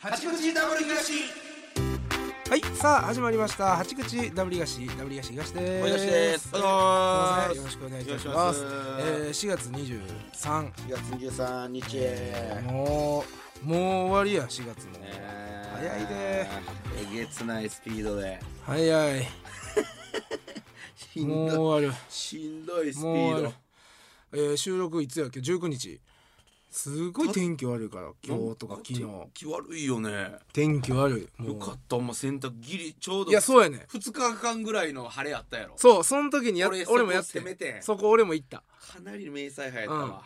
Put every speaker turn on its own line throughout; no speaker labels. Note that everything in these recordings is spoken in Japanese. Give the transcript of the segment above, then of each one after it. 八口ダブル東
はい、さあ始まりました。八口ダブリガシ、ダブリガシ東です。
おいがしです
お
お
は
は
よ
よう
うございます。よろ
ご
しくお願
ざ
い
いま
い
す
たします。
お願いします
えー、4月23、
4月23日
もうもう終わりや4月も。早い
え
で
げつないスピードで
早い。
し
も
ん
う
ど
終わ
いしんどい
る。
スピ
もう終
ー
わ
ド
る。えー、収録いつやっけ？19日。すごい天気悪いから今日とか昨日
天気悪いよね
天気悪いも
よ
う
かったお前洗濯ギリちょうど
いやそうやね
2日間ぐらいの晴れやったやろ
そうその時にやっ
俺そこ
俺もやって
攻めてん
そこ俺も行った
かなり迷彩派やったわ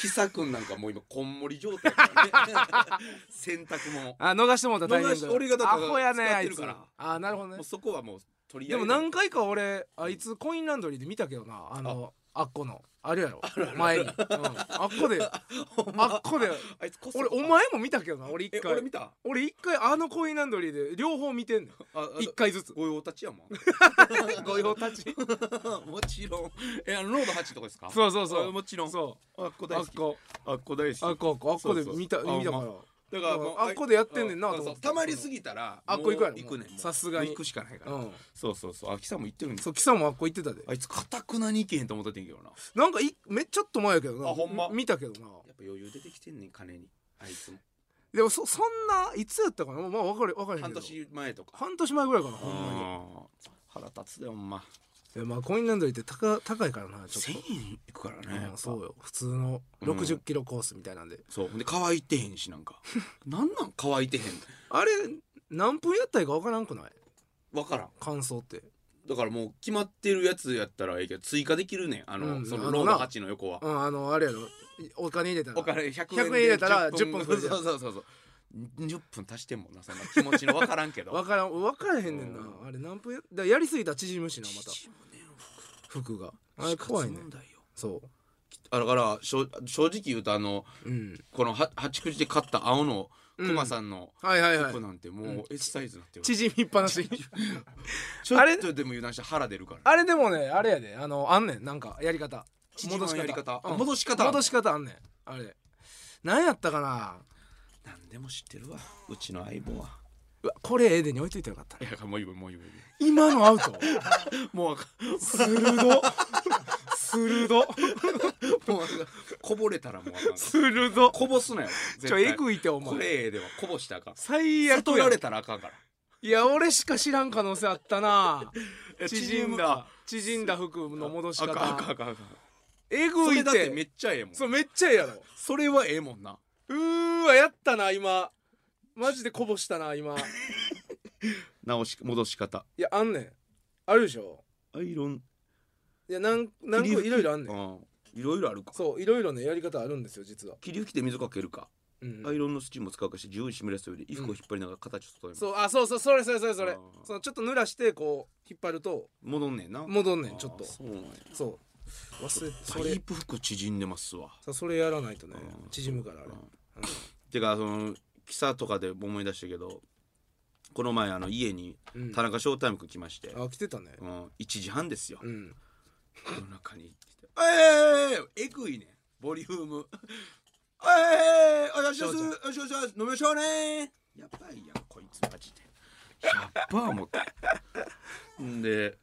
ひさくんなんかもう今こんもり状態やから ね洗濯も
あ逃してもうたタイミン
逃し
グ
俺がだ
ア
から
ホやね
使
あ
って
い
る
つ
から
あなるほどね
もうそこはもう取り
で
合い
も何回か俺あいつコインランドリーで見たけどなあのあっこのあるやろ 前に、うん、あっこで
ほんま
あっこで
あいつこそ
俺お前も見たけどな俺一
え
回
俺見た
俺一回あのコインランドリーで両方見てんね
ああ
ん一回ずつ
ご用達 やもん
御用達
もちろんえあのロード8とかですか
そうそうそう
あもちろん
そ
あっこ
うあ
大好
っ
き
こ
あっこ大
あっこあっこあっこで
そうそう
見た
あ
見たか
ま
ら
だからもう
あっこでやってんねんな
あ
と思って
そうたまりすぎたら
あっこ行くやろ
もう行くねんもう
さすがに
もう行くしかないから
うん
そうそうそうあきさんも行ってるんです
そう貴さんもあっこ行ってたで
あいつかたくなに行けへんと思っててんけどな
なんかいめちょっと前やけどな
あほんま
見たけど
や
な
っぱ余裕出てきてんねん金にあいつも
でもそそんないつやったかなまあ分かる分かるへん
半
けど
年前とか
半年前ぐらいかな
ほ
ほんま
ん
に
まに腹立つでほんま
いやまあコインランドリーって高高いからなちょ
1000
っと、
円いくからねやっ
うん
ぱ
そうよ普通の
うん
60キロコースみたいなんで、
そうほんで乾いてへんしなん かなんなん乾いてへん
あれ何分やったらいいか分からんくない
わからん
感想って
だからもう決まってるやつやったらええけど追加できるねんあの、
うん
そ
あ
の
の
ロー
な
ド8の横は
うんあのあれやろお金入れたら
お金100
100円
円
入れたら
10
10分
そうそうそうそう10分足してんもんなそんな気持ちのわからんけ ど
分からん分からへんねんな、
う
あれ何分やだからやりすぎたら縮むしなまた
縮むね
服があれ
死活
怖いね
問題よ
そ
あだからしょ正直言うとあの
ううん
このは八口で買った青のクマ
ん、
さんの
はいはいはい
服なんてもう S サイズになってる、
縮みっぱなし
ちょ
あれ
っとでも油断したら腹出るから
あれでもねあれやであのあんねんなんかやり方
縮まんやり方
うん
戻し方
戻し方あんねんあれ何やったかな
何でも知ってるわうちの相棒 は
うわこれエデに置いといてよかった
い
ね
やもういいわもういいわもういいわ
今のア ウト
もうあか
鋭鋭
んもうあかんこぼれたらもうあかん
鋭
こぼすなよ
ちょ
絶
え
対
ぐいてお
こ
前
れではこぼしたらあかん
最悪
悟
や
ら
ん
れたらあかんから
いや俺しか知らん可能性あったな
いや
縮んだ縮んだ服の戻し
あかんあかんあ
方
かんあかん
え
そ
ぐ
れ
い
だってめ
て
っちゃええもん
そうめっちゃええやろ
それはええもんな
うーわやったな今マジでこぼしたな今
直し戻し方
いやあんねんあるでしょ
アイロン
いやなん何個いろいろあんねん
うんいろいろあるか
そういろいろねやり方あるんですよ実は、
霧吹きで水かけるか
うん
アイロンのスチームを使うかして自由に湿らせるより衣服を引っ張りながら形を整えます
そうあそうそうそれそれそれそ
あ
れ
ー
そのちょっと濡らしてこう引っ張ると
戻んねんな
戻んねんちょっと
あーそうなんや
そう忘れそ
タ
れ
イプ服縮んでますわ
そうそれやらないとね
あー
縮むからあれ
うんてかそのキサとかでも思い出したけどこの前あの家に
うん
田中翔太郎君来まして、
あ来てたね
うん、1時半ですよ、
うん
夜中に「えええぐいねボリュームええお願いしますお
翔ちゃん
願いします飲みましょうね」やばいやんこいつマジでやっば思ってんで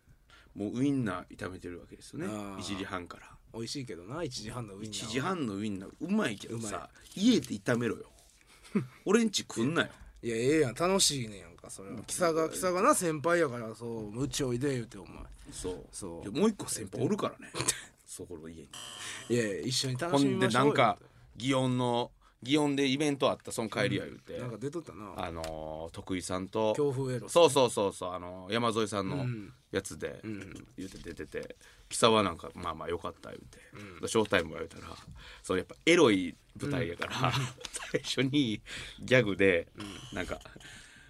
もうウインナー炒めてるわけですよね
あー
1時半から
美味しいけどな1時半のウインナー
1
は
時半のウインナーうまいけど
うま
さ家で炒めろ よ俺んち食んなよ
いやええやん楽しいねんやんかそれは貴様貴様な先輩やからそううちおいで言うてお前
そう
そう
いやもう一個先輩おるからね そこの家に
いやいや一緒に楽
ほ
しみ
んで
ましょ
な
うんよ
か祇園の祇園でイベントあったその帰りや言うて、
なんか出とったな
あのー徳井さんと
強風エロ
そうそうそうそうあのー山添さん
う
の
ん
やつで、
ん
言うて出てて貴様なんかまあまあよかった言うて、ショータイムが言うたらそのやっぱエロい舞台やから、最初にギャグで、なんか。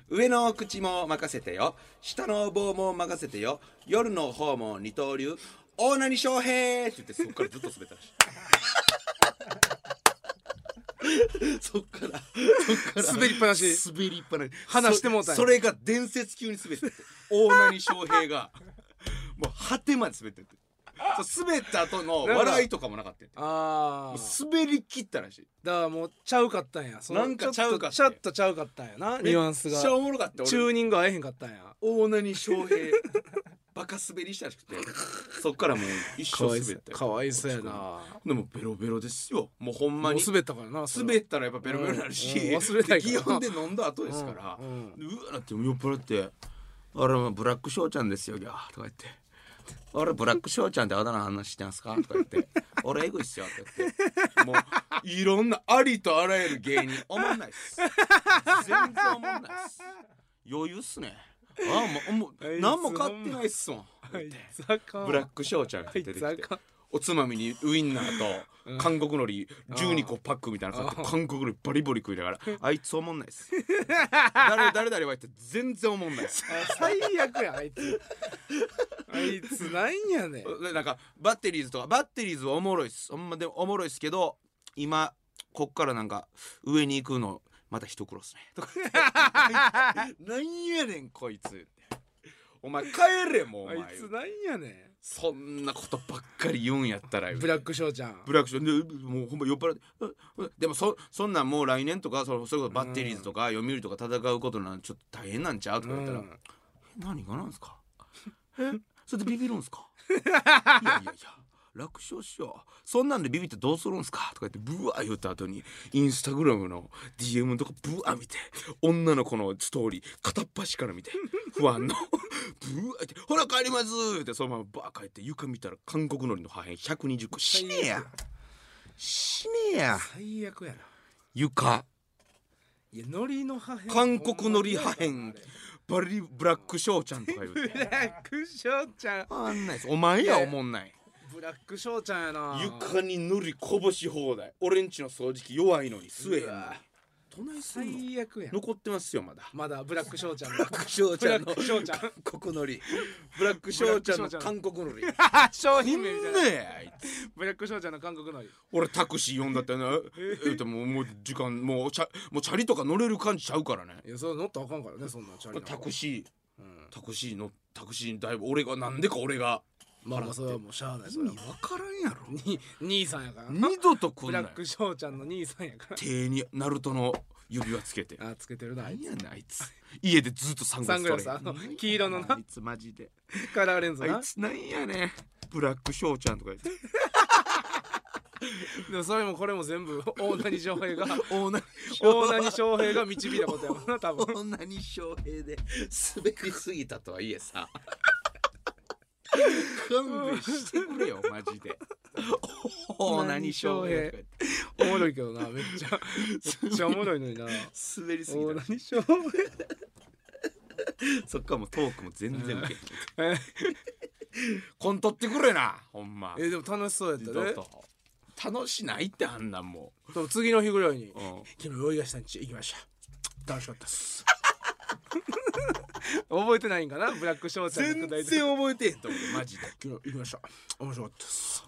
上の口も任せてよ下の棒も任せてよ夜の方も二刀流大谷翔平って言ってそっからずっと滑った らしいそっからそっから
滑りっぱなし
滑りっぱなし
話してもうたんや
そそれが 伝説級に滑ってて大谷翔平がもう果てまで滑っててそう滑った後の笑いとかもなかったよ
あ
もう
あ
滑り切ったらしい
だからもうちゃうかったんやその
なんかちゃうかって
ちょっとちゃうかったんやなニュアンス
めっちゃ
が
おもろかった
チュー
俺
ニング合えへんかったんや
大谷翔平バカ滑りしたらしく てそっからもう一
かわ
生
い
滑
そ
っ
う
たよ
かわいそうやな
でもベロベロですよもうほん
も
ま
う
に
滑ったからなそれは
滑ったらやっぱベロベロになるし、
うんうん忘れないから
で祇園で飲んだ後ですから、う
うん うん
わーって酔っ払って「あれまあブラック翔ちゃんですよギャー」とか言って「あれブラック翔ちゃんってあだ名話してますか?」とか言って「俺エグいっすよ」とか言ってもういろんなありとあらゆる芸人おもんないっす全然おもんないっす余裕っすねああもうも
あいうつ
何も買ってないっすもん
あいつあかん
ブラック翔ちゃんが出てき
あい
て
つあかん
おつまみにウインナーと韓国海苔12個パックみたいなの買って韓国海苔バリバリ食いながら「あいつおもんないっ す」誰誰々は言って全然おもんないっす
あ最悪やあいつあいつなんやねん
でなんかバッテリーズとかバッテリーズはおもろいっすほんまでもおもろいっすけど今こっからなんか上に行くのまた一苦労っすねとかなんやねんこいつお前帰れもう お
あ
前
いつなんやね
そんなことばっかり言うんやったら
んブラックショーちゃん
ブラックショーでもうほんま酔っ払ってううでもそそんなんもう来年とかそのそれこそバッテリーズとか読売とか戦うことなんちょっと大変なんちゃうとか言ったら、
うん
何がなんすかえそれでビビるん すかいやいやいや楽勝しようそんなんでビビってどうするんすかとか言ってブワー言った後にインスタグラムの DM のとかブワー見て女の子のストーリー片っ端から見 て不安のブワーって「ほら帰ります」ってそのままバー帰って床見たら韓国のりの破片120個死ねや死ねや
最悪やな
床
いや海苔の破片
韓国海苔破片
ほんまにや
バリブラックショーちゃんとか言う
ばい
て
ブラックショーちゃん
あんないですお前や思んない
ブラックショーちゃんやな
床に塗りこぼし放題俺んちの掃除機弱いのに吸えへん
う
のに
わ
どないすんの
最悪やん
残ってますよまだ
まだブラックショーちゃんの
クショウ
ちゃんの
韓国のり ブラックショウちゃんの韓国のりね
商品名みたいな
えあいつ
ブラックショーちゃんの韓国のり
俺タクシー呼んだってねえっともうもう時間もうチャもうチャリとか乗れる感じちゃうからね
いやそれ乗ったらあかんからねそんなチャリなんか
タクシー
うん
タクシーのタクシーにだいぶ俺がなんでか俺が
まあまあそれはもうしゃあないそ
意
れ
味
はも
わからんやろ
うに兄さんやからな
二度と来
ブ
んな
ラ
よ
ックショーちゃんの兄さんやから
手にナルトの指輪つけて
あつけてるなあい
何
つ
やねんあいつ 家でずっとサングラス取れ
サングラス
何や
あの
ねん
黄色のな
あいつマジで
カラーレンズ
あ
ない
つなんやねんブラックショーちゃんとか言って
でもそれもこれも全部大谷翔 平が
女
大谷翔平が導いたことやもんな多分
女に翔平で滑りすぎたとはいえさ勘弁してくれよマジで女に翔平とか
おもろいけどなめっちゃめっちゃおもろいのにな
言って滑りすぎ
大
た
谷翔平
そっからもうトークも全然受けへん
え
コントってくれなほんま
えでも楽しそうやっ
二
たね
度と楽しないってあんなんも
でも次の日ぐらいに
う、うん
昨日大東さん家行きました楽しかったっす 覚えてないんかなブラックショーちゃん
全
のくだ
然
りで昨
覚えてへんと思うマジで
日行きました面白かったっす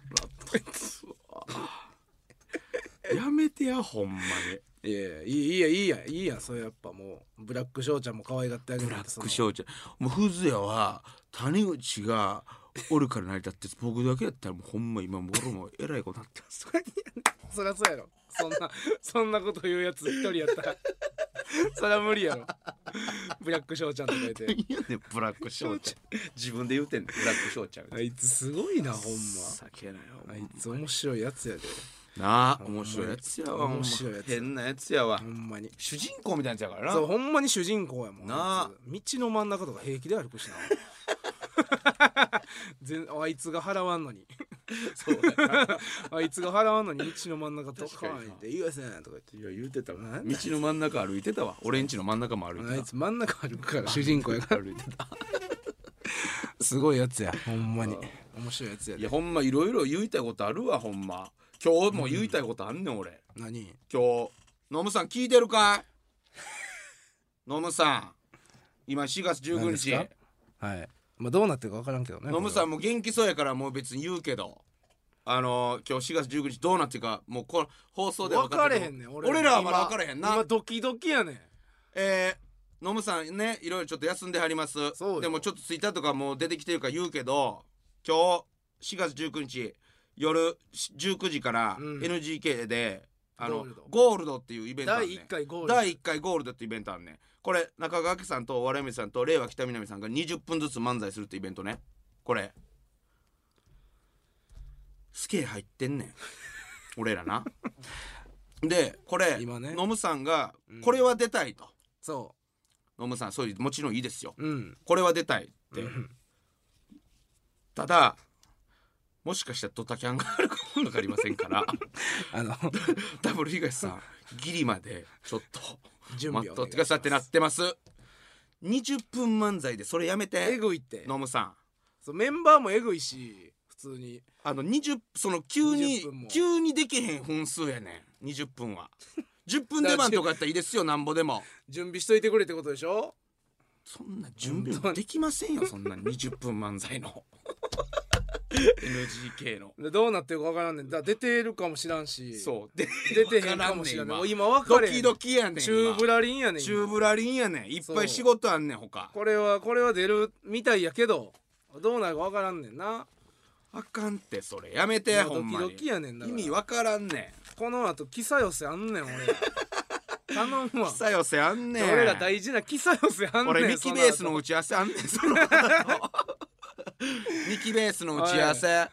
やめてやほんまに
いやいやいいやいいやいいやそれやっぱもうブラックショーちゃんも可愛がってあげ
ブ
る
ラック
ョ
翔ちゃんもうフズヤは谷口がおるから成り立って僕だけやったらもうほんま今もう俺もえらいことなってます
そりゃそうやろそんな そんなこと言うやつ一人やったら そりゃ無理やろブラックショーちゃんとか言って
いやねんブラック翔ちゃん自分で言うてんねんブラック翔ちゃん
あいつすごいなほん
けないよ
まあいつ面白いやつやで
なあ面白いやつやわ
面白いやつ
変なやつやわ
ほんまに
主人公みたいなやつやから
そう
な
ほんまに主人公やもん
なあ
あいつ道の真ん中とか平気で歩くしな 全あいつが払わんのに
そうやな
あいつが払わんのに道の真ん中と
確か
か
に
行って「いいですね」とか言って
いや言うてたわ
な
道の真ん中歩いてたわ俺んちの真ん中も歩い
あ
て
いつ真ん中歩 くから主人公やから歩いてたすごいやつやほんまに面白いやつや
たい
で
やほんまいろいろ言いたいことあるわほんま今日も言いたいことあんねん俺、
何
今日ノムさん聞いてるか いノムさん今4月
何
19
ですか
日
はいまあどうなってるか分からんけどね
ノムさん
こ
も元気そうやからもう別に言うけどあのー今日4月19日どうなってるかもうこ放送で
れは分か
って
れ
る
へんねん
俺らはまだ分かれへん
今
な
今ドキドキやねん
えー、ノムさんねいろいろちょっと休んではります
そうよ
でもちょっとツイッターとかもう出てきてるから言うけど今日4月19日夜19時から
うん
NGK で、あ
ゴ
の
ールド
ゴールドっていうイベントあん
第
ね
1回ゴール
第1回ゴールドってイベントあんねんこれ中川家さんと我々さんと令和北南さんが20分ずつ漫才するってイベントねこれスケ入ってんね ん俺らなでこれ
今ね
ノムさんが
うん
これは出たいと、
そ
ノムさんそういうもちろんいいですよ
ううん
これは出たいって、
うん
ただもしかしたらドタキャンがあるかも分かりませんから
あの
ダブル東さんギリまでちょっと
準
待
備
っ
を
とってくださいってなってます20分漫才でそれやめ
え
て
ぐいって
ノムさん
そうメンバーもえぐいし普通に
あの20その急に
20分も
急にできへん分数やねん20分は10分出番とかやったらいい ですよなんぼでも
準備しといてくれってことでしょ
そんな準備
本当
も
に
できませんよそんな20分漫才 の NGK の
でどうなってるかわからんねんだ出てるかもしらんし
そう で
出てへんかもしらんねん
わ
も
からんねんド
う今分かれへん
キドキやねん
チューブ
ラ
ラリンやねん
チューブ
ラ
ラリンやねんいっぱい仕事あんねん他
これはこれは出るみたいやけどどうなるかわからんねんな
あかんってそれやめて
もう
ほんま
ドキドキ
に
やねんだ
意
から
味わからんねん
この後キサ寄せあ んねん俺ら頼むわ
喫茶寄せあんねん
俺ら大事なキサ寄せあんねん
俺ミキベースの
そ
打ち合わせあんねん そのミキベースの打ち合わせ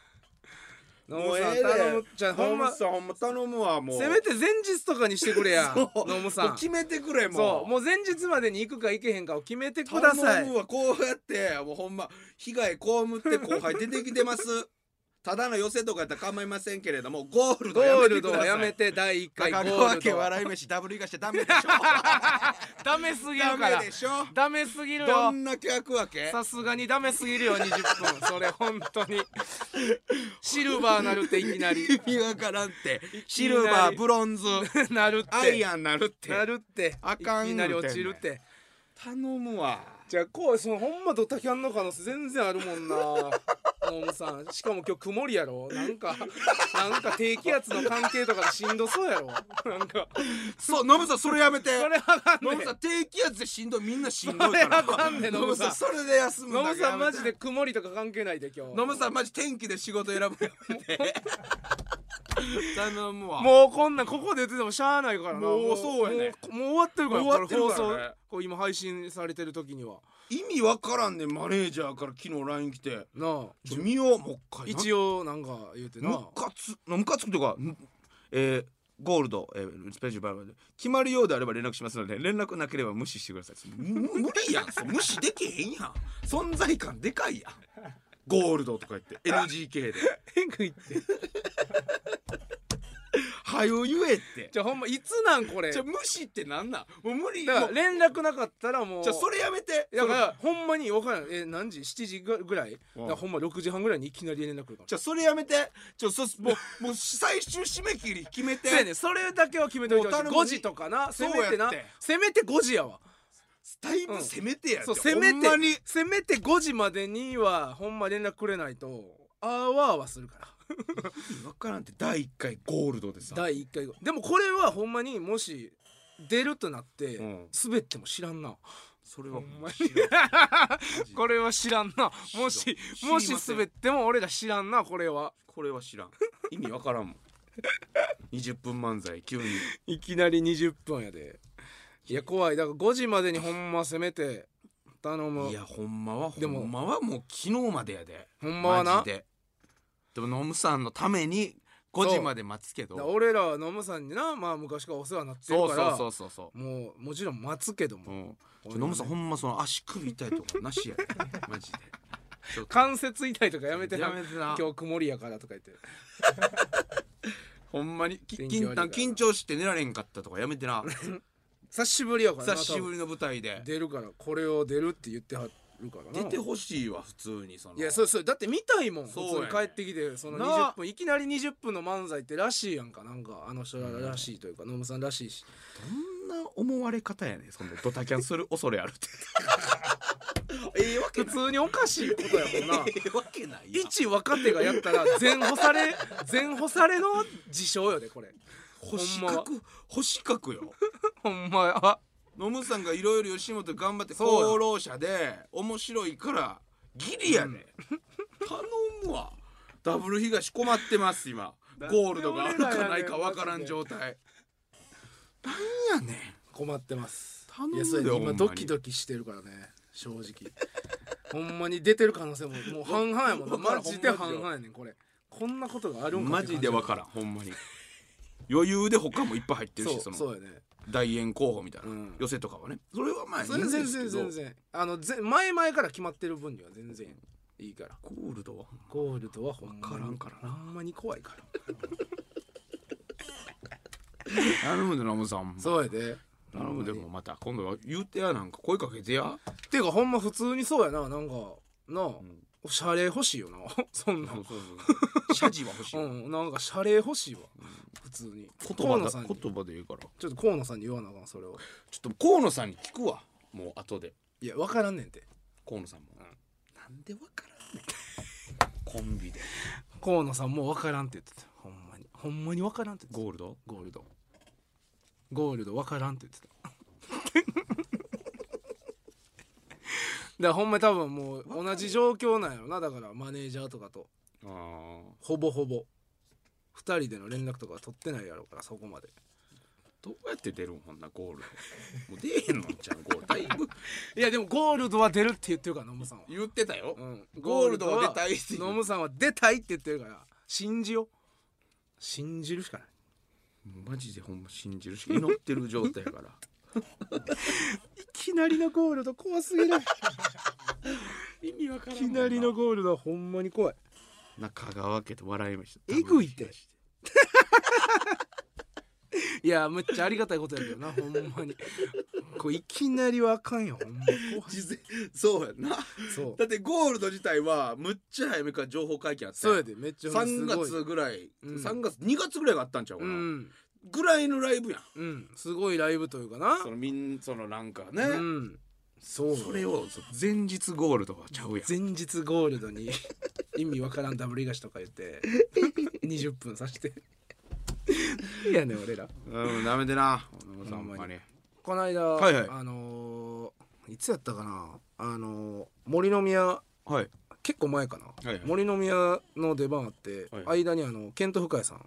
の後ノムさん頼むじゃあほんませ
さほんま頼むわも
めて前日とかにしてく れやノムさん
決めてくれもう
そうもう前日までに行くか行けへんかを決めてください
頼むわこうやってもうほんま被害被って後輩出てきてます ただの寄せとかやったら構いませんけれどもゴール
ゴ
ドや
ー
め
ル
てく
ド
ださ
はいやめて第1回ゴ
中
ー
川
ル
家
ド
笑い飯ダブルいかしてダメでしょ
ダメすぎるか
ダ
ら
メでしょ
ダメすぎる
ど
よ
んな客わけ
さすがにダメすぎるよ20分それ本当にシルバーなるっていきなり
意味わからんってシルバーブロンズ
なるって
アイアンなるって
なるって
あかん
いきなり落ちるって
頼むわ
じゃあこうそのほんまドタキャンの可能性全然あるもんなノムさんしかも今日曇りやろなんかなんか低気圧の関係とかでしんどそう やろなんか
そうノブさんそれやめて
それはか
ノ
ん
ブ
ね
さん低気圧でしんどいみんなしんどいから
それあかんね
ノブさんそれで休む
ノム
だけや
さん
め
マ
て
ジで曇りとか関係ないで 今日
ノブさんマジ天気で仕事選ぶやめて 頼むわもう
もうこんなんここで言っててもしゃあないからな
もうそうやね
もうもう終わってるから
もう終わってるからね
これ放送こう今配信されてる時には
意味わからんねマネージャーから昨日 LINE 来て
なあ
「ちょ見ようもう一回な」
一応なんか言うてな
ムカつムカつくというか、むえーゴールド、えー、スペシャルバーバーで決まるようであれば連絡しますので連絡なければ無視してくださいむ 無理やんそ無視できへんやん存在感でかいやんゴールドとか言って NGK で
変化いって
「 はよ言え」って
じゃあほんまいつなんこれ
じゃ
だ
あ無視ってなんなんもう無理
から
もう
連絡なかったらもう
じゃあそれやめて
だからほんまに分からんえ何時7時ぐらいだ
うん
からほんま6時半ぐらいにいきなり連絡来るから
じゃあそれやめてちょそもうもう最終締め切り決めて
そうやねんそれだけは決めておいてほしい
もう頼む
5時とかなせめ
そう
て
やっ
な
て
せめて5時やわ
タイムせめてやって、
そうせめ
ほん
て
まに
せめて5時までにはほんま連絡くれないとあわあわするから
分からんって第1回ゴールドでさ
第1回後でもこれはほんまにもし出るとなって、
うん
滑っても知らんな
それはほん まに
これは知らんなも
知
し
らん
も
知り
し
ません
滑っても俺ら知らんなこれは
これは知らん意味わからんもん20分漫才急に
いきなり20分やでいや怖いだから5時までにほんませめて頼む
いやほんまはほ
でも
んまはもう昨日までやで
ほんまはな
マジででもノムさんのために5時まで待つけ
だから
ど
俺らはノムさんになまあ昔からお世話になって
そ
る
う
か
そ
ら
うそうそうそ
もうもちろん待つけど
う、う
も、
ん、ちょノムさんほんまその足首痛いとかなしや でマジで
関節痛いとかやめてな
やめてな
今日曇りやからとか言って
ほんまにき
天
緊
気悪いから
緊張して寝られんかったとかやめ てな
久しぶりやからな
久しぶりの舞台で
多分出るからこれを出るって言ってはるからな
出てほしいわ普通にその
いやそうそうだって見たいもん普
そうや
通
ね
に帰ってきてその
な
20分いきなり20分の漫才ってらしいやんかなんかあの人ららしいというかノムさんらし いし
そんな思われ方やねんそのドタキャンする恐れあるって ええわけ
普
ない
通におかしいことやもんな
ええわけないやん
一若手がやったら全干さ れ全干されの事象よでこれ
星
ほんまは
角星角よ
ほんまや
ノムさんがいろいろ吉本頑張って
そうや
功労者で面白いからギリやで、頼むわダブル東困ってます今
なんで
ゴールドがあるかないかわからん状態なんやねん
困ってます
頼む
い
よ
やそうやね
ほんま
今
に
ドキドキしてるからね正直ほんまに出てる可能性ももう半々やもんな
わから
マ
ん
ジで
ほんまによ
半々やねんこれこんなことがあるんか
マジでわからんほんまに余裕で他もいっぱい入って
ん
る
そ
し
う
その
そうやね
大円候補みたいな、
うん
寄せとかはねそれはまあいい
それ
んで
全
すけ
然
ど
全然あのぜ前々から決まってる分には全然いいから
ゴールドは
ゴールドはほんまに
わからんからな
ほんまに怖 いから
頼むでラムさんも
そうやで
頼むで
ほんま
もまた今度は言うてやなんか声かけてや
にてかほんま普通にそうやななんかなあ、
ん
おしゃれ欲しいよな そんな
そうそうそう 謝辞は欲しい、
うんなんか謝礼欲しいわ、普通に
言葉
河野
だ
さんに
言葉でいいから
ちょっと河野さんに言わなあかんそれを
ちょっと河野さんに聞くわもう後で
いや分からんねんて
河野さんも、なんでわからんねんコンビで
河野さんもう分からんって言ってたほんまにほんまに分からんって言って
ゴールド
たゴールドゴールド分からんって言ってただ からほんまに多分もう同じ状況なんやろなだからマネージャーとかと
ああ
ほぼほぼ2人での連絡とかは取ってないやろからそこまで
どうやって出るんほんなゴールドもう出えへんのんちゃうゴールドだいぶ
いやでもゴールドは出るって言ってるからノムさんは
言ってたよ、
うん
ゴールドは出たいっていう
ノムさんは出たいって言ってるから信じよう信じるしかない
マジでほんま信じるし祈ってる状態やから
いきなりのゴールド怖す ぎるい
意味わから
きなりのゴールドはほんまに怖い
中川家と笑い飯
えぐいっていやむっちゃありがたいことやけどなほんまにこういきなりはあかんよほんま 怖い
事前そうやんな
そう
だってゴールド自体はむっちゃ早めから情報会見あって
そうやでめっちゃほん
3
ますごい
月ぐらい、
うん
三月2月ぐらいがあったんちゃうか
う
な、
ん
ぐらいのライブやん
うんすごいライブというかな
そのみんそのなんかね、
うんそうよ
それを前日ゴールドはちゃうやん
前日ゴールドに意味わからんダブル東とか言って20分さしていやねん俺ら
うんダメでなほんま
ほんまに
ほんまに
この間、
はいはい
あのーいつやったかなあのー森の宮
はい
結構前かな、
いはい
森の宮の出番あって、
はいは
間にあのケント深谷さん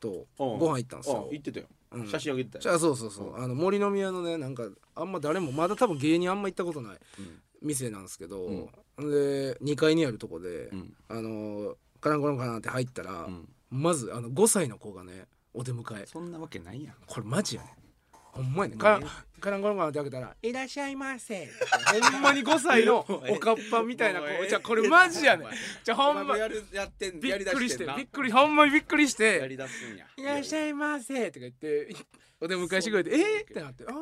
と
うん
ご飯行ったんです
あ
よ
言ってたよ、
うん
写真あげてた
じゃあそうそうそう、あの森の宮のねなんかあんま誰もまだ多分芸人あんま行ったことない
うん
店なんですけど、
うん
で2階にあるとこで、
うん
あのカランコロンカランって入ったら、
うん
まずあの5歳の子がねお出迎え
そんなわけないやん
これマジやねほんまやねカランカランコロンカランって開けたら「いらっしゃいませ」 ほんまに5歳のおかっぱみたいな子
もうええ
じゃあこれマジやね
お
ん
前
じゃあほんま
やるやってん
びっくりして
んな
びっくりほんまにびっくりし
や
て
りだすんや
「いらっし
い
ゃいませ」とか言ってお出迎えしてくれて「
そう
えっ?」ってなって「あ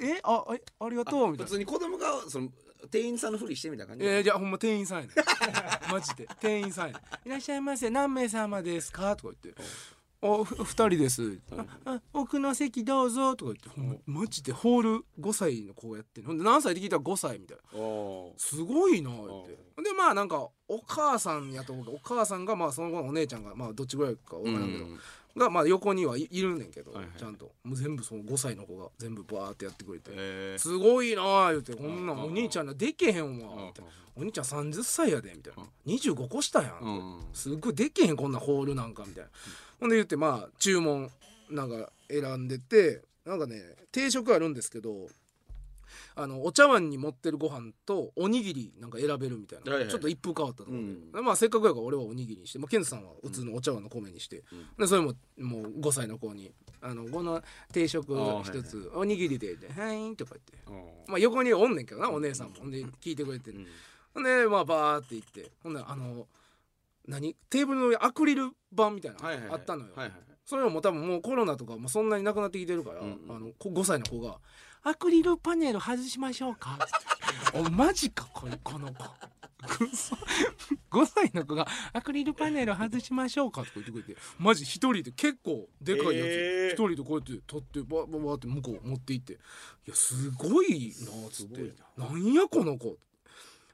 えええあえありがとう」みた
普通
いな。
に子供がその店員さんのふりしてみたいな感じ
えー、じゃあほんま店員さんやねん マジで店員さんやねん「いらっしゃいませ何名様ですか?」とか言って「おふ二人です」ああ奥の席どうぞ」とか言ってほんまマジでホール5歳の子がやってんのほんで何歳って聞いたら5歳みたいな
おー
すごいな言ってでまあなんかお母さんやと思うけどお母さんがまあその子のお姉ちゃんがまあどっちぐらいか分
う
からんけど、
ん
がまあ横にはいいるねんけど、
はいはい
ちゃんともう全部その5歳の子が全部バーってやってくれて。
えー
すごいなあ言うてこんなん
うん
お兄ちゃんらでけへんわ
うん
みたいなお兄ちゃん30歳やでみたいな25個下やん
うん
すっごいでけへんこんなホールなんかみたいなほんで言ってまあ注文なんか選んでてなんかね定食あるんですけどあのお茶碗に持ってるご飯とおにぎりなんか選べるみたいな、
はいはい
ちょっと一風変わったところで、
う
まあせっかくやから俺はおにぎりにして、まあ、ケンさんは普通のお茶碗の米にして、
うん
でそれももう5歳の子に「あのこの定食
あー
一つ、おにぎりで」で「はい」とか言っ
う
て
ん
まあ、横におんねんけどなお姉さんもほんで聞いてくれて
うん
ほんでまあバーって行ってほんであの何テーブルの上アクリル板みたいな
はいはいは
の
い
あったのよ、
はいはい
それも多分もうコロナとかもそんなになくなってきてるから、
うんうん
あのこ5歳の子が「アクリルパネル外しましょうか」っておマジかこれこの子」5歳の子が「アクリルパネル外しましょうか」とか言ってくれてマジ一人で結構でかいやつ、
えー
一人でこうやって取ってバーバーバーって向こう持って行って「いやすごいな」っつって
す
「なんやこの子」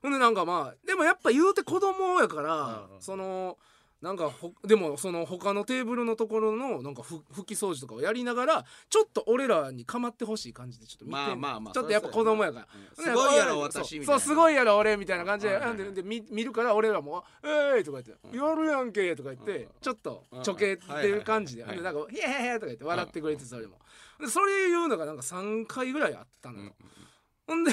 ほんでなんかまあでもやっぱ言うて子供やから、
うんうん
その。なんかほでもその他のテーブルのところのなんかふ拭き掃除とかをやりながらちょっと俺らに構ってほしい感じでちょっと見てんねん
まあまあまあ
ちょっとやっぱ子供やから
うんすごいやろ
そう
私みたい
そ
な
うすごいやろ俺みたいな感じで,、
はいはいはい
なんでで見見るから俺らも「えい!」とか言って「やるやんけ!」とか言って、
うん
ちょっとちょけってる感じで、
はいはい
で
は
ないんか「へへへ!」とか言って笑ってくれてそれも、でそれ言うのがなんか3回ぐらいあったのよ、ほんで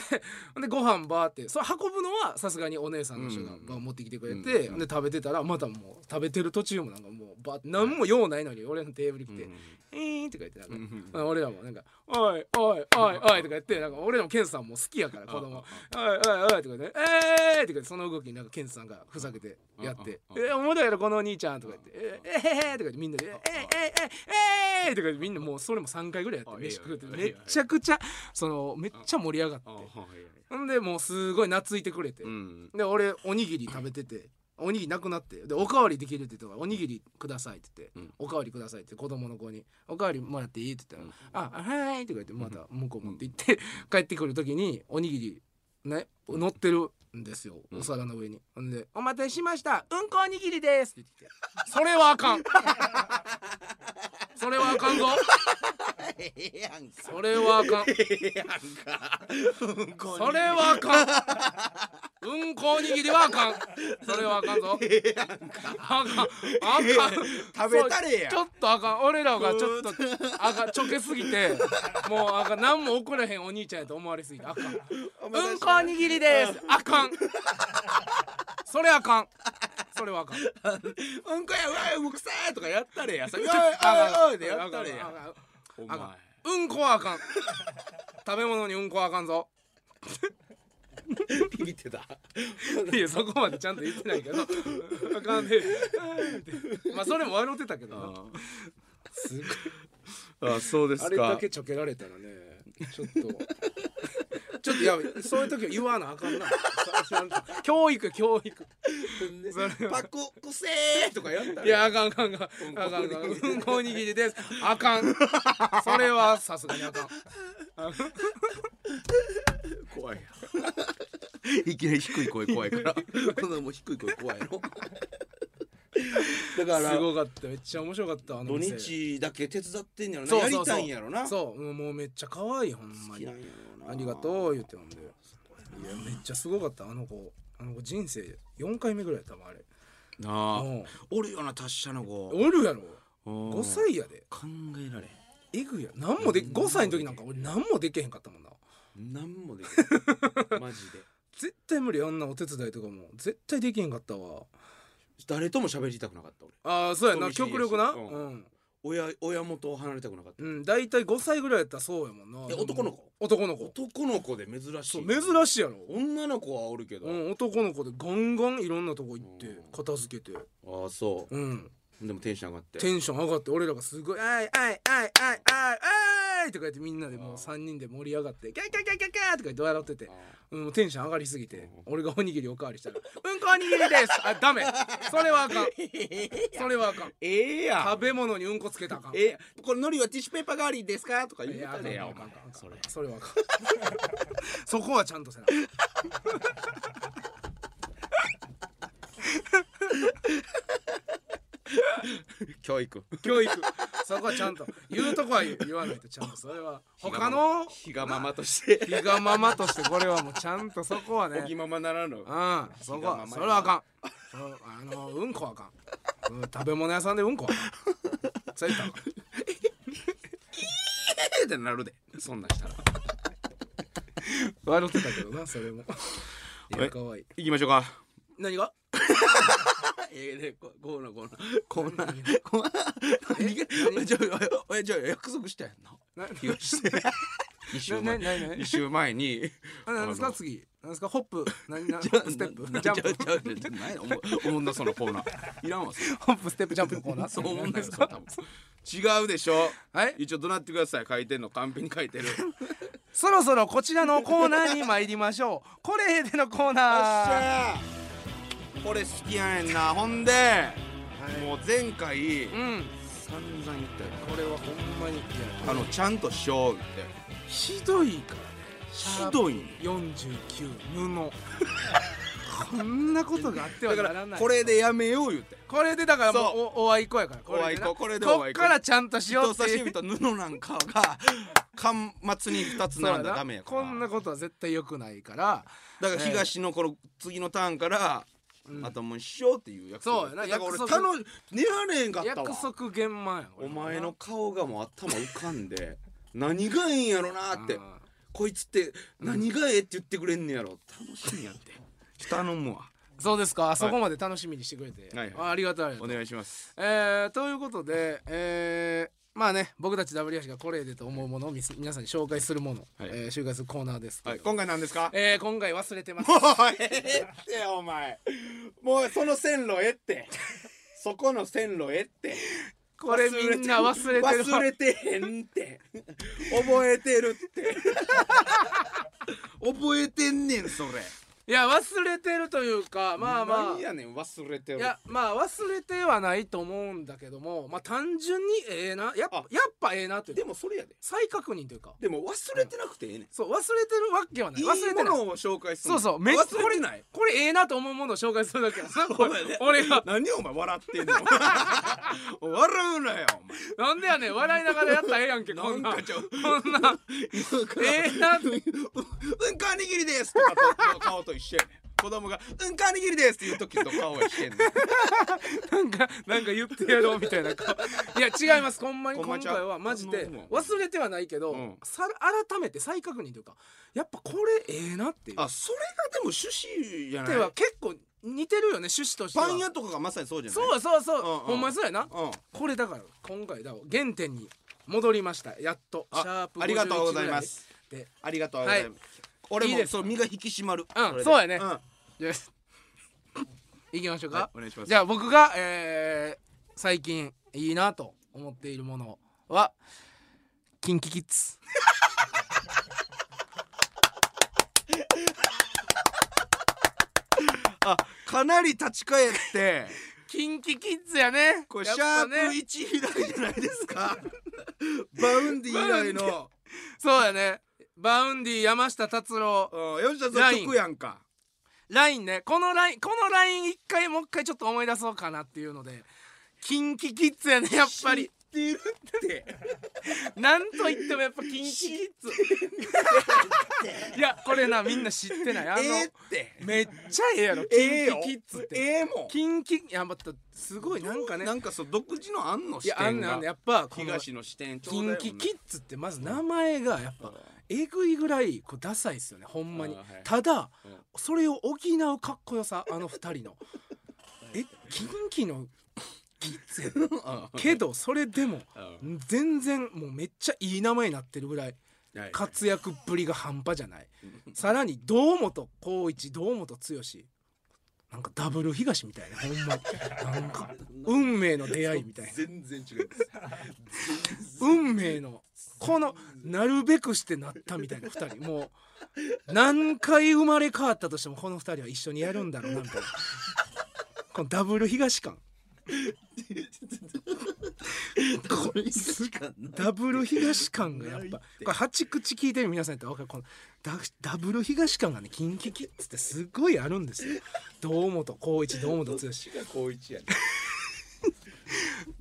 ほんでご飯バーってそれ運ぶのはさすがにお姉さんの人が
うん
が持ってきてくれ
うんう
て、
ん
ほんで食べてたらまたもう食べてる途中もなんかもうバーって何も用ないのに俺のテーブル来て「えーん」とか言ってなんか、
うん
俺らもなんか「おいおいおいおい」とか言ってなんか俺らもケンさんも好きやから子供「おいおいおい」とか言って「えー!」とか言ってその動きになんかケンさんがふざけてやって「
うんうん
えー、おもろいやろこのお兄ちゃん」とか言って「えー、えへへ」とか言ってみんなで「えー、えー、えー、えー、えー、とか言ってみんなもうそれも3回ぐらいやっ
あ
て飯食って
いいよいい
め
よ
っちゃくちゃそのめっちゃ盛り上がって
あはいはい
ほんでもうすごい懐いてくれて
うん
で俺おにぎり食べてておにぎりなくなってでおかわりできるって言ったから「おにぎりください」って言って「
うん
おかわりください」って子供の子に「おかわりもらっていい?」って言ったら「あはい」って言ってまた向こう持って行って、 帰ってくる時におにぎりね乗ってるんですよ
ん
お皿の上に。ほんで「お待たせしましたうんこおにぎりです」って言ってきて「それはあ かん」「それはあかんぞ
ええやんか
それはあか ん」
ええやんかうんこに
それはあかん。うんこおにぎりはあかん。それはあかんぞ。あかん。あかん。
食べたれや
そうちょっとあかん。俺らがちょっとあかん。ちょけすぎて、もうあかん。何も怒らへんお兄ちゃんやと思われすぎてあかん。うんこおにぎりです。あかん。それあかん。それはあかん。
うんこやうわうくさーとかやったれやそれうわ
あかん
うわうわでやったれ
あ
や
かんあかん
お前
あかんうんこはあかん。食べ物にうんこはあかんぞ。
ビビってた
いやそこまでちゃんと言ってないけどあかんねまあそれも笑ってたけどなすごい
あそうで
あ
す
れ
か
だけちょけられたらねちょっと ちょっとやばいそういう時は言わなあ かんなさ教育教育
パコくせーとかやったれ
いやあかんあかんあかんあかんあかんうんこおにぎりですあかんそれはさすがにあかん
怖いやんいきなり低い声怖いから子供低い声怖いの だから
すごかっためっちゃ面白かったあの
土
店
日だけ手伝ってんやろ
そう
な
そ
や
うそう
りたいんやろな
そうもうもうめっちゃ可愛いほんま
好
に
きなんやろな
ありがとう言ってほんでいやめっちゃすごかったあの子あの子人生4回目ぐらいやったもんあれ
なあ、
うん
おるよな達者の子
おるやろ
5
5歳やで
考えられ
えぐいや何もで5歳の時なんか俺何もできへんかったもんなん
なんもでき ないマジで
絶対無理あんなお手伝いとかも絶対できへんかったわ
誰とも喋りたくなかった俺
ああそうや
人
な
見知り
極力な
やし
う
うん
ん
親親元を離れたくなかった、
うん大体5歳ぐらいやったらそうやもんな
え男の子
男の子
男の子で珍し
そ
いう
珍しいやろ
女の子はおるけど、
うん男の子でガンガンいろんなとこ行って
うん
片付けて
ああそ
うん
うでもテンション上がって
テンション上がって俺らがすごい「あいあいあいあいあいあい」とか言ってみんなでもう3人で盛り上がって「キャキャキャキャキャ」とか言って笑ってて
あ。
うん、テンション上がりすぎて俺がおにぎりおかわりしたら「うんこおにぎりです!」あダメそれは あかんそれはあかん
ええやん
食べ物にうんこつけたらあかん
えこれ海苔はティッシュペーパー代わりですかとか言
いうや
た
あかん
でや
あ
お
かん
前
あかん
それ
それはあかん そこはちゃんとせな
教育
教育そこはちゃんと言うとこは言う言わないとちゃんとそれは他の
ひがままと して
ひがままとしてこれはもうちゃんとそこはね
おぎままならぬ
うん、そこは、それはあかん。そのあの、うんこはあかん。うん食べ物屋さんでうんこはあかん。そう言ったらあかん
えってなるでそんなんしたら
笑ってたけどな、それも。いや、
え
かわいい。
行きましょうか
何が
えでここうなこうなこうなこうなじゃあおやじゃあ約束したやんな
な、
東 で2週前
なななな
2週前に
ななんです
あ
か
の
次。なんですかホップ。何な、ホ
じ
ッ
ゃあ
プステップ。
な
ジャンプ。
じゃあじゃあじゃあないおもおもんなそのコーナーいらんわそれ
ホップステップジャンプのコーナー。
そう思うんですか多分違うでしょ
はい
一応どなってください書いてんの完璧に書いて る
そろそろこちらのコーナーに参りましょう。これでのコー
よっし
ナ
ゃ
ー。
ーこれ好きやねんなほんで、もう前回
うん。
散々言ったよ
これはほんまに。いや
あのちゃんとしようって
ひどいからね。
ひどいね
49布こんなことがあっては
だか
なら
ら
ない
これでやめよう言って
これでだからもう
そう
おおあいこやからこれで
お
な
あいここれでお
こ
あ
っ
いこ
からちゃんとしよう
人
って
差
い
し
う
指と布なんかが 巻末に2つ並んだらダメやから
こんなことは絶対良くないから
だから東のこの次のターンから、
うん
あともうしようっていう約束
そうやな
だから俺
約
頼
束
ん寝られへんかった
約
わ
束現満や
お前の顔がもう頭浮かんで 何がええんやろなって
うん
こいつって何がええって言ってくれんねやろ楽しみやってちょっと頼むわ
そうですか、そこまで楽しみにしてくれて、
はいはい
あありがたいありが
お
たい
願いします
えー、ということで、えー、まあね僕たち WH がこれでと思うものをみす皆さんに紹介するもの、
はい
えー紹介するコーナーですけど、
はい今回何ですか
えー今回忘れて ます
もうええってお前もうその線路ええってそこの線路ええって
これみんな忘れてる
忘れてへんって覚えてるって覚えてんねんそれ
いや忘れてるというかまあまあ
何やねん忘れてる
いやまあ忘れてはないと思うんだけどもまあ単純にええなやっぱ
あ
やっぱええなという
で
か
もそれやで
再確認というか
でも忘れてなくてええねん
そう忘れてるわけはない
い
忘れ
い
てない
ものを紹介する
そうそうめっちゃ
忘れてない
これええなと思うものを紹介するだけやなこれ
前ね
俺が
何お前笑ってん の笑うなよ
なんでやねん笑いながらやったらええやんけ
お
こ
前
ん
な
なん
かちょ
こんなええなって
うんかおにぎりですとかと顔と一緒やねん子供がうんかおにぎりですって言う時と顔はしてんねん
なんかなんか言ってやろうみたいな顔いや違いますほんまに
ほんま
今
ちゃう
回はマジで
ほんまほんま
忘れてはないけど、
うん
さ改めて再確認というかやっぱこれええなっていう
あそれがでも趣旨じゃ
で
な
はい結構似てるよね趣旨としては
パン屋とかがまさにそうじゃない
そうそうそう、
うんうん
ほんまにそうやな、
うん
これだから今回だわ原点に戻りましたやっとシャー
あ
プ
ありがとうございま
51
す
ぐらいで
ありがとうございます俺
いい
も
です
そう身が引き締まる
うん
れで
そうやね
んは
じゃ あいきましょうか、
いお願いします
じゃあ僕が、えー最近いいなと思っているものはキンキキッズ
あかなり立ち返 って
キンキキッズやね
これ、
やっ
シャー
ぱ
プ
ね
1以来じゃないですかバウンディ以来の、
そうやねバウンディ山下達郎
うん、吉田さ
ラ
ん
イン
曲やんか
ラインねこのラインこのライン一回もう一回ちょっと思い出そうかなっていうのでキンキキッズやねやっぱり
知ってるって
なんと言ってもやっぱキンキキッズいやこれなみんな知ってないあの、
ええって
めっちゃええやろキ
ええよ
ンキキッズって、
ええもん
キンキいやまたすごいなんかね
なんかそう独自のあんの
い
視
やあん
点
ねんあ
が
んねんやっぱこの
東の視点ちょ
キ
うだい
ン
よ
キキッズってまず名前がやっぱえぐいぐらいこうダサいっすよねほんまに
あーはい
ただ
うん
それを補うかっこよさあの二人のえキンキのキッズや で
うん
けどそれでも
うん
全然もうめっちゃいい名前になってるぐらい
はい
活躍っぷりが半端じゃないさらに堂本光一堂本剛なんかダブル東みたいなほんまになんか運命の出会いみたいな
全然違う
運命のこのなるべくしてなったみたいな2人もう何回生まれ変わったとしてもこの2人は一緒にやるんだろうなみたいなこのダブル東感
これしかない
ダブル東感がやっぱこれ八口聞いてる皆さんやったら分かるこのダダブル東感がねキンキキッズってすごいあるんですよ堂本光一堂本剛
が高一やね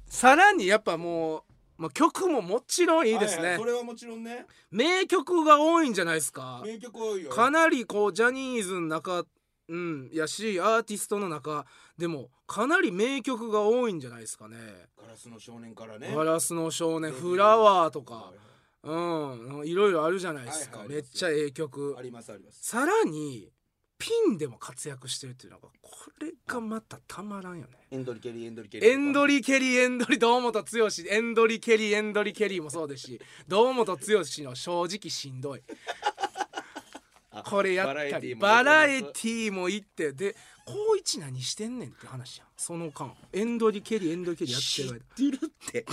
さらにやっぱもうまあ曲ももちろんいいです
はは
ね
それはもちろんね
名曲が多いんじゃないですか
名曲多いよ
かなりこうジャニーズの中うんやしアーティストの中でもかなり名曲が多いんじゃないですかね
ガラスの少年から
「
ね
ガラスの少年」「
デビュー
フラワー」と
は
か
い
うんいろいろあるじゃないですか、
はいはい
めっちゃええ曲
ありますあります
さらにピンでも活躍してるっていうのがこれがまたたまらんよね
エンドリケリーエンドリケリー
エンドリケリーエンドリ堂本剛エンドリケリーエンドリケリーもそうですし堂本剛の正直しんどい
あ
これやったりバ
バ
ラ
ラ
エ
エ
テ
テ
ィーも行ってで高一何してんねんって話やんその間エンドリケリーエンドリケリーやって
知っ
る間
てるって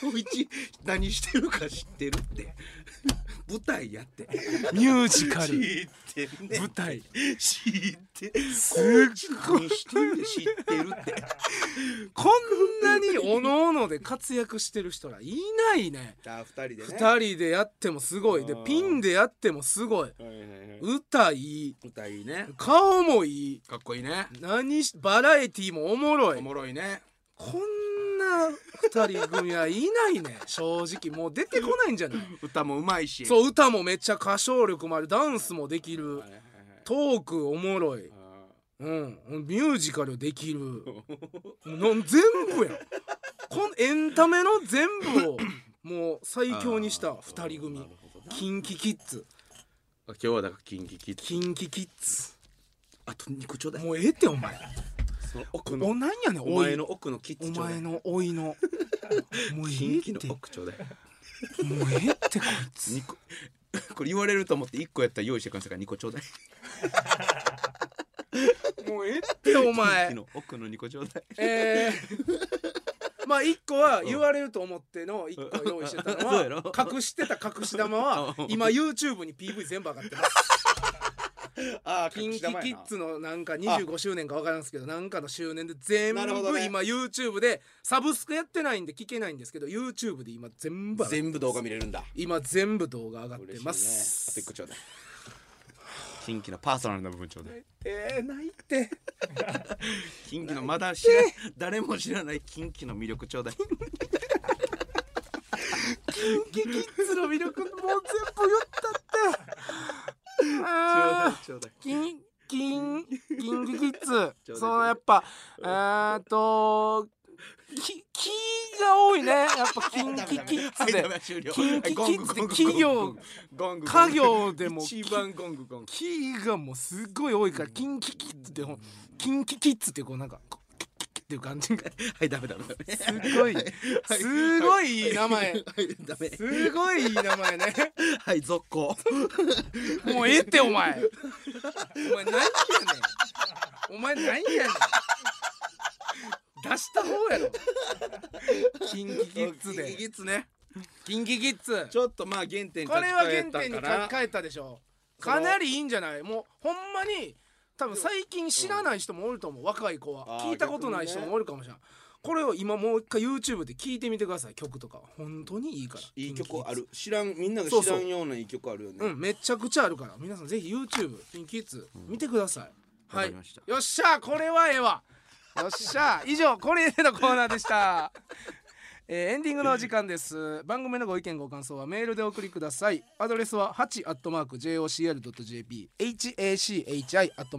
高一何してるか知ってるって舞台やって
ミュージカ
知
ル
ってんね
舞台
知って
すっご
こ
いう
してるで知ってるって
こんなにおのおので活躍してる人らいないね
あ二人でね
2人でやってもすごいで
あー
ピンでやってもすご
は
い
いはいはい
歌いい
舞台ね
顔もいい
かっこいいね
何しバラエティーもおもろい
おもろいね
こんな2人組はいないね正直もう出てこないんじゃない
歌もうまいし
そう歌もめっちゃ歌唱力もあるダンスもできる
はいはいはい
トークおもろい、
あー
うん、ミュージカル できるなん全部やんこのエンタメの全部をもう最強にした
あー
2人組
なるほどな
キンキキッズ
今日はだからキンキキッズ
キンキキッズ
あと肉ちょうだい
もうええってお前
その奥
お
の
なんやねん
お
お
前
い
の奥のキッ
お
ズちょうだ
前
い
のおいのもうえ
キ
え
ン
っ
キの
ても
奥ちょうだいう
ええってこいつ
二個これ言われると思って1個やったら用意してくださいから2個ちょうだい
もうええってお
キンキ
前
の奥の2個ちょうだい
えー、まあ一個は言われると思っての一個用意してたの
そうやろ
は隠してた隠し玉は
うん
今 YouTube に PV 全部上がってます
ああ
キンキキッズのなんか25周年か分からんすけどなんかの周年で全部
なるほどね
今 YouTube でサブスクやってないんで聞けないんですけど YouTube で今全部上がって
全部動画見れるんだ
今全部動画上がって
嬉しいね
ま
あと1
す
個ちょうだいキンキのパーソナルな部分ちょうだい
えー、ないって
キンキのまだ知ら誰も知らないキンキの魅力ちょうだい
キンキキッズの魅力もう全部言 ったってあー
ちょうだい
キンキンキンキキッ
ちょうだい
ズそのやっぱえーっときキが多いねやっぱキンキキッズで
終了
キンキキッズで
ゴング
企業
ゴングゴング
家業でも
一番ゴングゴング
キがもうすごい多いからキンキキッズってほんキンキキッズってこうなんかこうキッキッキッっていう感じが
はいダメダメダメ
すごいすごいいい名前
はいダメ
すごいいい名前ね
はい続行
もうええってお前お前何やねんお前何やねん出した方や ろキンキキッズ
キンキキ
で
ッズね
キンキキッズ
ちょっとまあ原点に立ち
これは
返
原
っ
点
た
に
から
変えたでしょかなりいいんじゃないもうほんまに多分最近知らない人もおると思う若い子は
あー
聞いたことない人もおるかもしれないこれを今もう一回 YouTube で聞いてみてください曲とか本当にいいから
いい曲あ
KinKiKids
る知らんみんなが
そう
知
そう
らんようないい曲あるよね
うん、めちゃくちゃあるから皆さんぜひ YouTube キンキッズ見てください、
わ
は
か
い
りました
よっしゃこれはええわよっしゃ以上これでのコーナーでしたえーエンディングのお時間です番組のご意見ご感想はメールでお送りくださいアドレスは 8-jocr.jp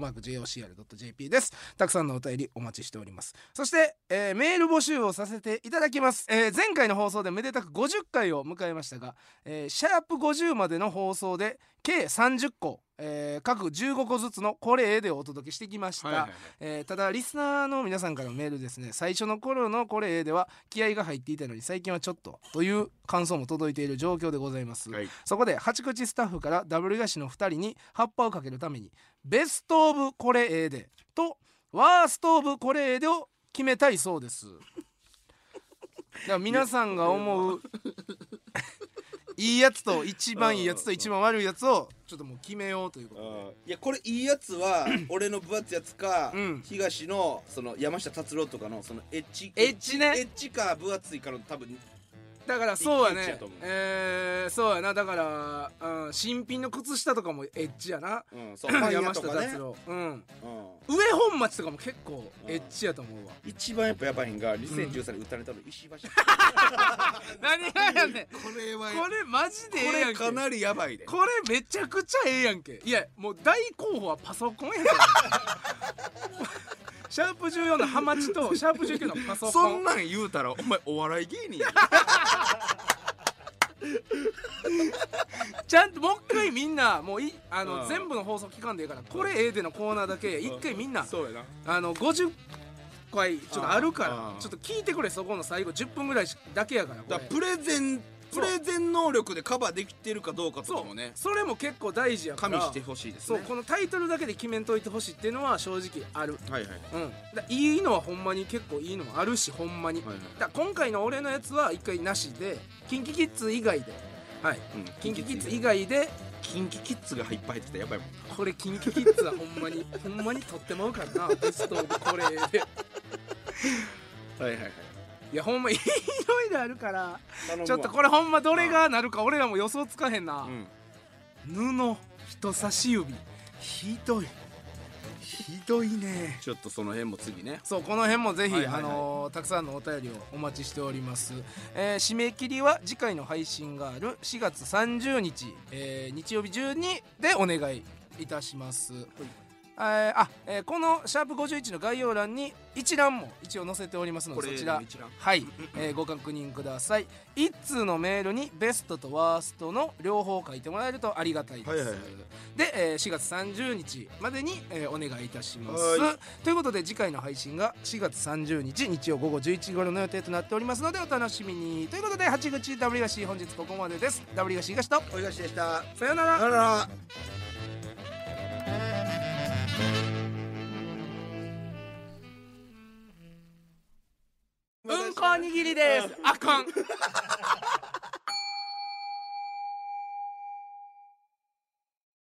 hachi-jocr.jp ですたくさんのお便りお待ちしておりますそして、えーメール募集をさせていただきます、えー前回の放送でめでたく50回を迎えましたが、えーシャープ50までの放送で計30個、えー各15個ずつのこれでお届けしてきました、
はいはいはい
えーただリスナーの皆さんからのメールですね最初の頃のこれでは気合が入っていたのに最近はちょっとという感想も届いている状況でございます、
はい
そこで八口スタッフからダブルガシの2人に葉っぱをかけるためにベストオブこれええでとワーストオブこれええでを決めたいそうですだから皆さんが 思ういいやつと一番いいやつと一番悪いやつをちょっともう決めようということで
あーいやこれいいやつ は俺の分厚いやつか、
うん
東のその山下達郎とかのそのエッジ
エッジね
エッジか分厚いかの多分
だからそうや
一騎打ちや
ね
と思う
えー、そうやなだから、うん、新品の靴下とかもエッチやな
うんそう
山
山
下
下
達
達
郎、うん
う
上本町とかも結構エッチやと思うわ
ん、一番やっぱやばいんが2013年打たれたの石橋、こ
何がやねん こ
れは
れマジでええやんけ
かなりやばいで
これめちゃくちゃええやんけいやもう大候補はパソコンやで シャープ14のハマチとシャープ19のパソコ
そん
ン
なん言うたらお前お笑い芸人や
ちゃんともう一回みんなもういあの、
うん
全部の放送期間でええからこれええでのコーナーだけ一回みん な
そうやな
あの50回ちょっとあるか
あ
ら
あ
ちょっと聞いてくれそこの最後10分ぐらいしだけやからこ
だ
れ
からプレゼン
そ
プ
う
レゼン能力でカバーできてるかどうかと
そ
か
う
もね
それも結構大事やか
加
ら
味してほしいです
そう
ね
このタイトルだけで決めんといてほしいっていうのは正直ある
はいはいはい
うんだいいのはほんまに結構いいのもあるしほんまに
はい
だ今回の俺のやつは一回なしで KinKiKids 以外ではい
うん、
キンキキッズ以外で
キンキキッズがいっぱい入ってきたらやばいもん
これキンキキッズはほんまにほんまに取ってまうからなベストオブこれで
はいはいはい
いやほんまいろいろあるから
頼むわ
ちょっとこれほんまどれがなるか俺らも予想つかへんな
う、ん
布人差し指ひどいひどいね
ちょっとその辺も次ね
そうこの辺もぜひ、
はいはいはい
あのーたくさんのお便りをお待ちしております、えー締め切りは次回の配信がある4月30日、えー日曜日中にでお願いいたします、えーあ、えーこの「シャープ #51」の概要欄に一覧も一応載せておりますの
こ
で
れ
そちら
一覧
はい、えーご確認ください一通のメールにベストとワーストの両方書いてもらえるとありがたいです、
はいはいはい
で、えー4月30日までに、えーお願いいたします
は
ということで次回の配信が4月30日日曜午後11時頃の予定となっておりますのでお楽しみにということで八口 W が C 本日ここまでです W が C がしと
おいがしでした
さようなら
あら
うんこおにぎりですあかん